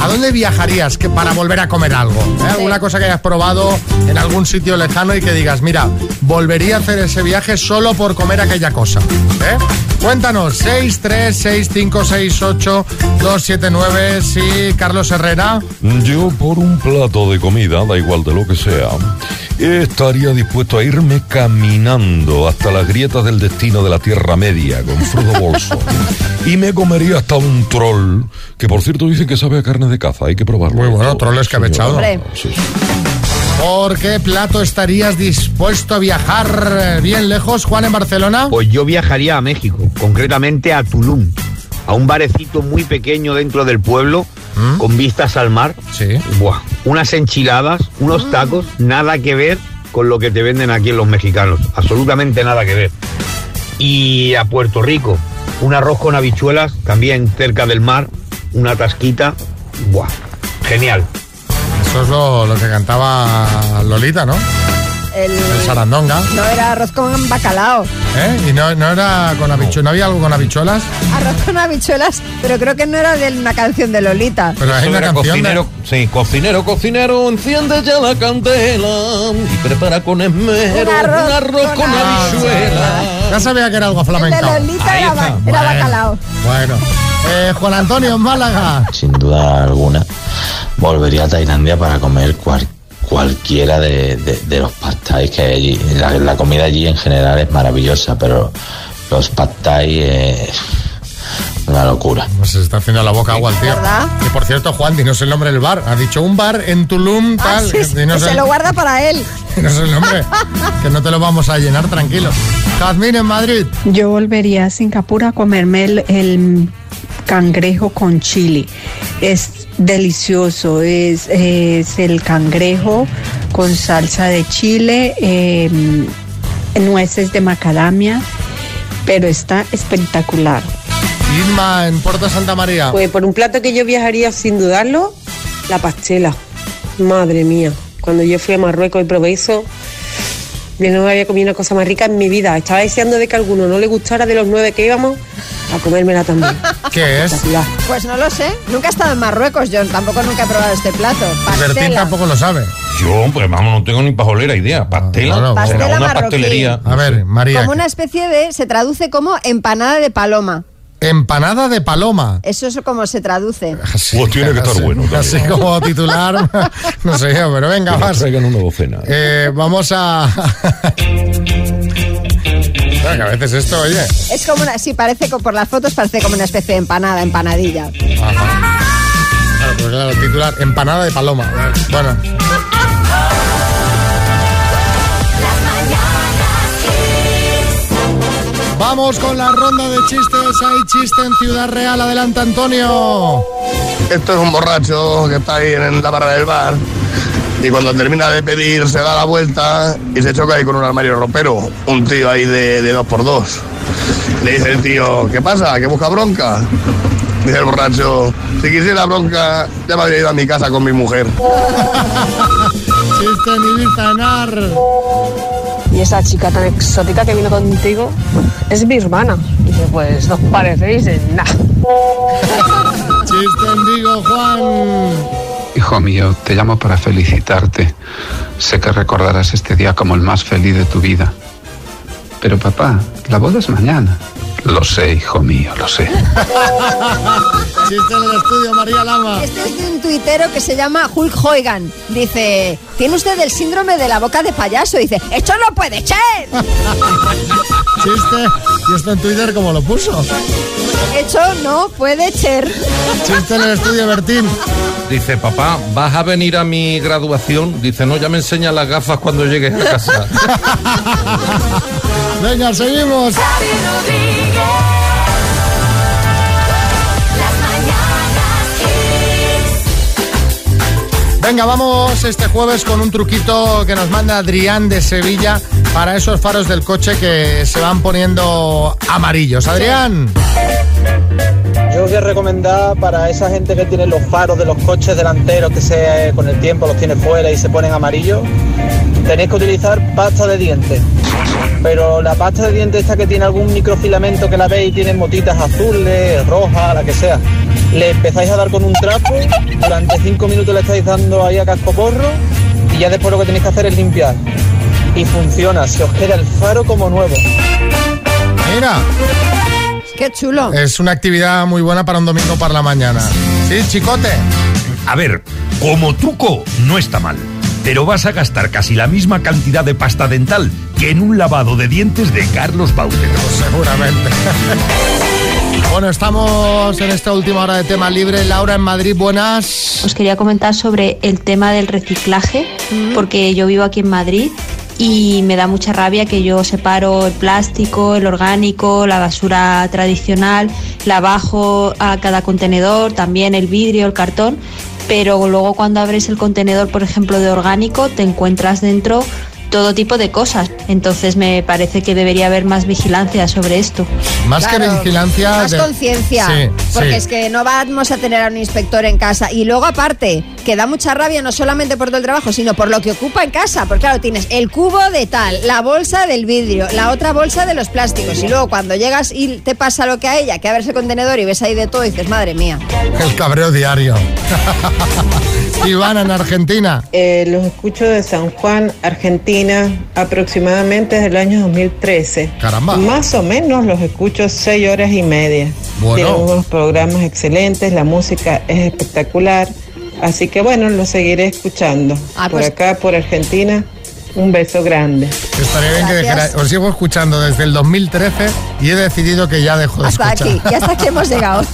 Speaker 2: ¿A dónde viajarías que para volver a comer algo? ¿Eh? ¿Alguna cosa que hayas probado en algún sitio lejano y que digas, mira, volvería a hacer ese viaje solo por comer aquella cosa? ¿Eh? Cuéntanos, 6, 3, 6, 5, 6, 8, 2, 7, 9, sí, Carlos Herrera.
Speaker 25: Yo por un plato de comida, da igual de lo que sea, estaría dispuesto a irme caminando hasta las grietas del destino de la Tierra Media con Frodo Bolso. Y me comería hasta un troll, que por cierto dicen que sabe a carne de caza, hay que probarlo. Muy bueno, troll
Speaker 2: escabechado. Hombre. ¿Por qué plato estarías dispuesto a viajar eh, bien lejos, Juan, en Barcelona?
Speaker 6: Pues yo viajaría a México, concretamente a Tulum, a un barecito muy pequeño dentro del pueblo, con vistas al mar. Buah, unas enchiladas, unos tacos, nada que ver con lo que te venden aquí en los mexicanos, absolutamente nada que ver. Y a Puerto Rico, un arroz con habichuelas, también cerca del mar, una tasquita, buah, genial.
Speaker 2: Eso es lo, lo que cantaba Lolita, ¿no?
Speaker 3: El,
Speaker 2: El sarandonga.
Speaker 3: no era arroz con bacalao,
Speaker 2: ¿Eh? Y no, no era con habichuelas, no había algo con habichuelas.
Speaker 3: arroz con habichuelas, pero creo que no era de una canción de Lolita.
Speaker 2: Pero hay
Speaker 10: Eso
Speaker 2: una
Speaker 10: era
Speaker 2: canción de-
Speaker 10: cocinero, sí, cocinero, cocinero, enciende ya la candela y prepara con esmero
Speaker 3: Un arroz con
Speaker 10: habichuela.
Speaker 2: Ya sabía que era algo
Speaker 3: El de
Speaker 2: flamenco.
Speaker 3: Lolita era, ba- era
Speaker 2: Bueno.
Speaker 3: bacalao.
Speaker 2: Bueno. Eh, Juan Antonio, en Málaga.
Speaker 26: Sin duda alguna, volvería a Tailandia para comer cual- cualquiera de, de- de los pad thai que hay allí. La, la comida allí en general es maravillosa, pero los pad thai eh, una locura.
Speaker 2: Pues se está haciendo la boca agua al tío. Y por cierto, Juan, dinos el nombre del bar. Ha dicho un bar en Tulum,
Speaker 3: Ah,
Speaker 2: tal.
Speaker 3: sí, sí,
Speaker 2: Dinos
Speaker 3: se
Speaker 2: el-
Speaker 3: lo guarda para él.
Speaker 2: dinos el nombre. que no te lo vamos a llenar, tranquilo. Jazmín, en Madrid.
Speaker 27: Yo volvería a Singapur a comerme el, el cangrejo con chili. Es delicioso, es, es el cangrejo con salsa de chile, eh, nueces de macadamia, pero está espectacular.
Speaker 2: Inma, en Puerto Santa María.
Speaker 7: Pues por un plato que yo viajaría sin dudarlo, la pastela. Madre mía, cuando yo fui a Marruecos y probé eso, yo no había comido una cosa más rica en mi vida. Estaba deseando de que a alguno no le gustara de los nueve que íbamos, a comérmela también.
Speaker 2: ¿Qué es?
Speaker 3: Pues no lo sé. Nunca he estado en Marruecos, yo tampoco nunca he probado este plato.
Speaker 10: Bertín
Speaker 3: Pastela.
Speaker 2: tampoco lo sabe.
Speaker 10: Yo, pues vamos, no tengo ni pajolera idea. Pastela,
Speaker 2: claro,
Speaker 10: será
Speaker 2: Pastela
Speaker 10: una
Speaker 2: marroquí.
Speaker 10: pastelería.
Speaker 2: A ver, María.
Speaker 3: Como una especie de. Se traduce como empanada de paloma.
Speaker 2: Empanada de paloma.
Speaker 3: Eso es como se traduce.
Speaker 10: pues tiene que estar
Speaker 2: Así-
Speaker 10: bueno.
Speaker 2: Así
Speaker 10: también.
Speaker 2: como titular, no sé yo, pero venga,
Speaker 10: Que nos
Speaker 2: más.
Speaker 10: traigan una docena.
Speaker 2: Eh, vamos a. Claro, que a veces esto, oye.
Speaker 3: Es como una. Sí, parece que por las fotos parece como una especie de empanada, empanadilla.
Speaker 2: Claro, pues claro, titular, empanada de paloma. Bueno. Vamos con la ronda de chistes. Hay chiste en Ciudad Real. Adelante, Antonio.
Speaker 28: Esto es un borracho que está ahí en la barra del bar y cuando termina de pedir se da la vuelta y se choca ahí con un armario ropero, un tío ahí de, de dos por dos. Le dice el tío, ¿qué pasa? ¿Que busca bronca? Dice el borracho, si quisiera bronca ya me habría ido a mi casa con mi mujer.
Speaker 2: Chiste en Ibizanar.
Speaker 7: Y esa chica tan exótica que vino contigo es mi hermana. Dice, pues no parecéis en nada.
Speaker 2: Chiste en Vigo, Juan.
Speaker 29: Hijo mío, te llamo para felicitarte. Sé que recordarás este día como el más feliz de tu vida. Pero papá, la boda es mañana. Lo sé, hijo mío, lo sé.
Speaker 2: Chiste en el estudio, María Lama.
Speaker 3: Este es de un tuitero que se llama Hulk Hogan. Dice, ¿tiene usted el síndrome de la boca de payaso? Dice, ¡esto no puede ser!
Speaker 2: Chiste. Y está en Twitter como lo puso.
Speaker 3: Hecho no puede ser.
Speaker 2: Chiste en el estudio, Bertín.
Speaker 10: Dice, papá, ¿vas a venir a mi graduación? Dice, no, ya me enseñas las gafas cuando llegues a casa.
Speaker 2: Venga, seguimos. Venga, vamos este jueves con un truquito que nos manda Adrián de Sevilla para esos faros del coche que se van poniendo amarillos. Adrián.
Speaker 13: Yo os voy a recomendar para esa gente que tiene los faros de los coches delanteros que se, eh, con el tiempo los tiene fuera y se ponen amarillos, tenéis que utilizar pasta de dientes. Pero la pasta de dientes esta que tiene algún microfilamento que la veis y tiene motitas azules, rojas, la que sea. Le empezáis a dar con un trapo, durante 5 minutos le estáis dando ahí a casco porro y ya después lo que tenéis que hacer es limpiar. Y funciona, se os queda el faro como nuevo.
Speaker 2: Mira.
Speaker 3: Qué chulo.
Speaker 2: Es una actividad muy buena para un domingo para la mañana. Sí, chicote.
Speaker 25: A ver, como truco no está mal, pero vas a gastar casi la misma cantidad de pasta dental que en un lavado de dientes de Carlos Bautero.
Speaker 2: Pues Seguramente. Bueno, estamos en esta última hora de tema libre. Laura en Madrid, buenas.
Speaker 12: Os quería comentar sobre el tema del reciclaje, porque yo vivo aquí en Madrid y me da mucha rabia que yo separo el plástico, el orgánico, la basura tradicional, la bajo a cada contenedor, también el vidrio, el cartón, pero luego cuando abres el contenedor, por ejemplo, de orgánico, te encuentras dentro todo tipo de cosas. Entonces me parece que debería haber más vigilancia sobre esto.
Speaker 2: Más que vigilancia.
Speaker 3: Más
Speaker 2: de-
Speaker 3: conciencia,
Speaker 2: Sí,
Speaker 3: porque
Speaker 2: sí.
Speaker 3: es que no vamos a tener a un inspector en casa. Y luego aparte, que da mucha rabia no solamente por todo el trabajo, sino por lo que ocupa en casa. Porque claro, tienes el cubo de tal, la bolsa del vidrio, la otra bolsa de los plásticos. Y luego cuando llegas y te pasa lo que a ella, que abres el contenedor y ves ahí de todo y dices, madre mía.
Speaker 2: El cabreo diario. Ivana en Argentina.
Speaker 7: Eh, los escucho de San Juan, Argentina, aproximadamente desde el año 2013.
Speaker 2: Caramba.
Speaker 7: Más o menos los escucho seis horas y media.
Speaker 2: Bueno.
Speaker 7: Tienen unos programas excelentes, la música es espectacular. Así que bueno, los seguiré escuchando.
Speaker 3: Ah,
Speaker 7: por
Speaker 3: pues-
Speaker 7: acá, por Argentina, un beso grande.
Speaker 2: Estaría bien que
Speaker 7: Gracias.
Speaker 2: dejara- Os llevo escuchando desde el 2013 y he decidido que ya dejo de
Speaker 3: Hasta
Speaker 2: escuchar.
Speaker 3: aquí, y hasta aquí hemos llegado.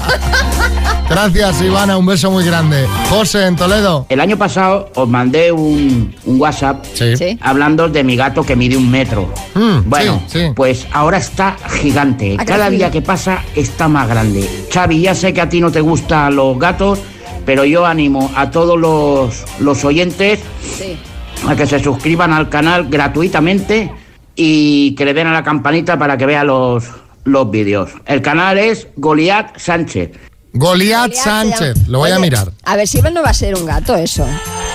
Speaker 2: Gracias, Ivana. Un beso muy grande. José en Toledo.
Speaker 30: El año pasado os mandé un, un WhatsApp hablando de mi gato que mide un metro.
Speaker 2: Mm,
Speaker 30: bueno, pues ahora está gigante.
Speaker 8: Ha
Speaker 30: Cada
Speaker 8: crecido.
Speaker 30: día que pasa Ah, está más grande. Xavi, ya sé que a ti no te gustan los gatos, pero yo animo a todos los, los oyentes a que se suscriban al canal gratuitamente y que le den a la campanita para que vea los, los vídeos. El canal es Goliat Sánchez.
Speaker 2: Goliat Sánchez. Lo voy a
Speaker 30: Oye,
Speaker 2: mirar.
Speaker 3: A ver si no va a ser un gato eso.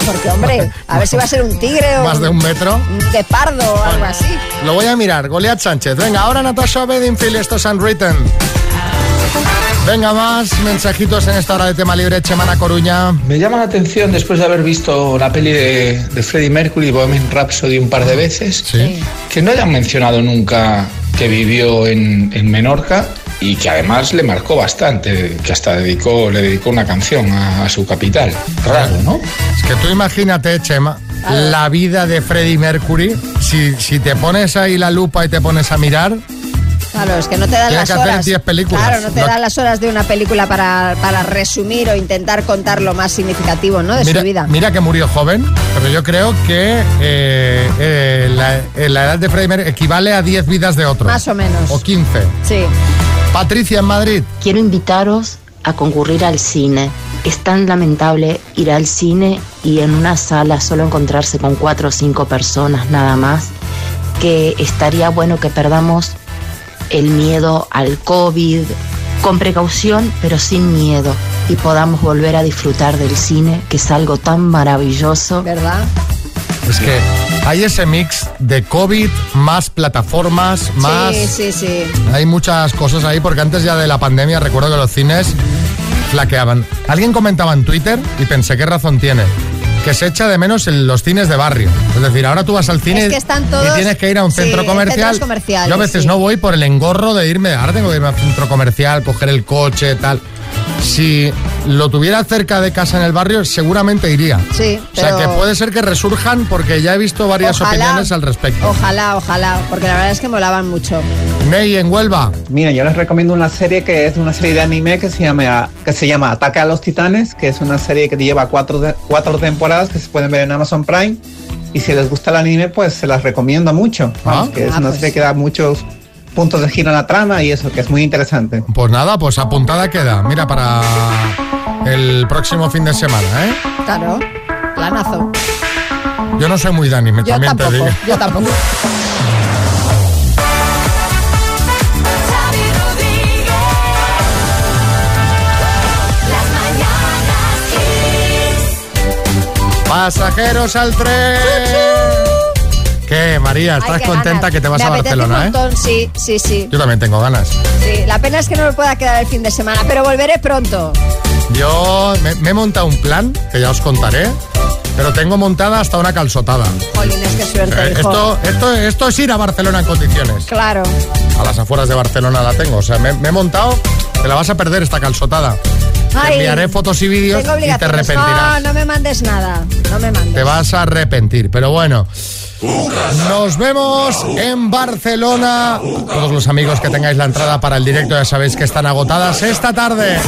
Speaker 3: Porque hombre, a ver si va a ser un tigre o
Speaker 2: Más de un metro.
Speaker 3: de pardo o algo así.
Speaker 2: Lo voy a mirar. Goliat Sánchez. Venga, ahora Natasha Bedingfield. Esto es Unwritten. Venga, más mensajitos en esta hora de tema libre. Chemana Coruña.
Speaker 16: Me llama la atención después de haber visto la peli de, de Freddie Mercury, Bohemian Rhapsody, un par de veces, que no hayan mencionado nunca que vivió en, en Menorca y que además le marcó bastante, que hasta dedicó, le dedicó una canción a, a su capital. Raro, ¿no?
Speaker 2: Es que tú imagínate, Chema, la vida de Freddie Mercury. Si, si te pones ahí la lupa y te pones a mirar,
Speaker 3: Claro, es que no te dan
Speaker 2: Tiene
Speaker 3: las
Speaker 2: que hacer
Speaker 3: horas.
Speaker 2: 10 películas.
Speaker 3: Claro, no te
Speaker 2: Lo-
Speaker 3: dan las horas de una película para, para resumir o intentar contar lo más significativo, ¿no? De
Speaker 2: mira,
Speaker 3: su vida.
Speaker 2: mira que murió joven, pero yo creo que eh, eh, la, eh, la edad de Freddie Mercury equivale a 10 vidas de otro.
Speaker 3: Más o menos.
Speaker 2: O 15.
Speaker 3: Sí.
Speaker 2: Patricia en Madrid.
Speaker 17: Quiero invitaros a concurrir al cine. Es tan lamentable ir al cine y en una sala solo encontrarse con cuatro o cinco personas nada más, que estaría bueno que perdamos el miedo al COVID con precaución pero sin miedo y podamos volver a disfrutar del cine, que es algo tan maravilloso.
Speaker 3: ¿Verdad?
Speaker 2: Es que hay ese mix de COVID, más plataformas, más...
Speaker 3: Sí, sí, sí.
Speaker 2: Hay muchas cosas ahí, porque antes ya de la pandemia recuerdo que los cines flaqueaban. Alguien comentaba en Twitter y pensé, ¿qué razón tiene? que se echa de menos en los cines de barrio. Es decir, ahora tú vas al cine
Speaker 3: Es que están todos-
Speaker 2: y tienes que ir a un
Speaker 3: sí,
Speaker 2: centro comercial.
Speaker 3: centros comerciales,
Speaker 2: Yo a veces
Speaker 3: sí.
Speaker 2: no voy por el engorro de irme, ahora tengo que irme a un centro comercial, coger el coche, tal. Si lo tuviera cerca de casa en el barrio, seguramente iría.
Speaker 3: Sí,
Speaker 2: O sea,
Speaker 3: pero-
Speaker 2: que puede ser que resurjan porque ya he visto varias
Speaker 3: Ojalá.
Speaker 2: opiniones al respecto.
Speaker 3: Ojalá, ojalá, porque la verdad es que molaban mucho.
Speaker 2: Ney, en Huelva.
Speaker 14: Mira, yo les recomiendo una serie que es una serie de anime que se llama, que se llama Ataque a los Titanes, que es una serie que lleva cuatro, de- cuatro temporadas que se pueden ver en Amazon Prime. Y si les gusta el anime, pues se las recomiendo mucho. Vamos, que es
Speaker 2: Ah,
Speaker 14: una
Speaker 2: pues.
Speaker 14: serie que da muchos puntos de giro en la trama y eso, que es muy interesante.
Speaker 2: Pues nada, pues apuntada queda. Mira, para el próximo fin de semana, ¿eh?
Speaker 3: Claro, planazo.
Speaker 2: Yo no soy muy Dani, me
Speaker 3: Yo
Speaker 2: también te
Speaker 3: tampoco,
Speaker 2: digo.
Speaker 3: yo tampoco.
Speaker 2: Pasajeros al tren. ¿Qué, María? ¿Estás
Speaker 3: Ay, qué
Speaker 2: contenta
Speaker 3: ganas.
Speaker 2: que te vas
Speaker 3: Me
Speaker 2: a
Speaker 3: apetece
Speaker 2: Barcelona,
Speaker 3: un
Speaker 2: eh?
Speaker 3: montón, Sí, sí, sí,
Speaker 2: Yo también tengo ganas.
Speaker 3: sí. La pena es que no me pueda quedar el fin de semana, pero volveré pronto.
Speaker 2: Yo me, me he montado un plan, que ya os contaré, pero tengo montada hasta una calzotada.
Speaker 3: Jolines, qué suerte,
Speaker 2: Eh,
Speaker 3: hijo.
Speaker 2: esto, esto, esto es ir a Barcelona en condiciones.
Speaker 3: Claro.
Speaker 2: A las afueras de Barcelona la tengo. O sea, me, me he montado, te la vas a perder esta calzotada. te
Speaker 3: Ay,
Speaker 2: enviaré fotos y vídeos
Speaker 3: Tengo
Speaker 2: y te
Speaker 3: obligaciones. Ah,
Speaker 2: arrepentirás.
Speaker 3: No, no me mandes nada. No me mandes.
Speaker 2: Te vas a arrepentir, pero bueno. Nos vemos en Barcelona. Todos los amigos que tengáis la entrada para el directo ya sabéis que están agotadas esta tarde.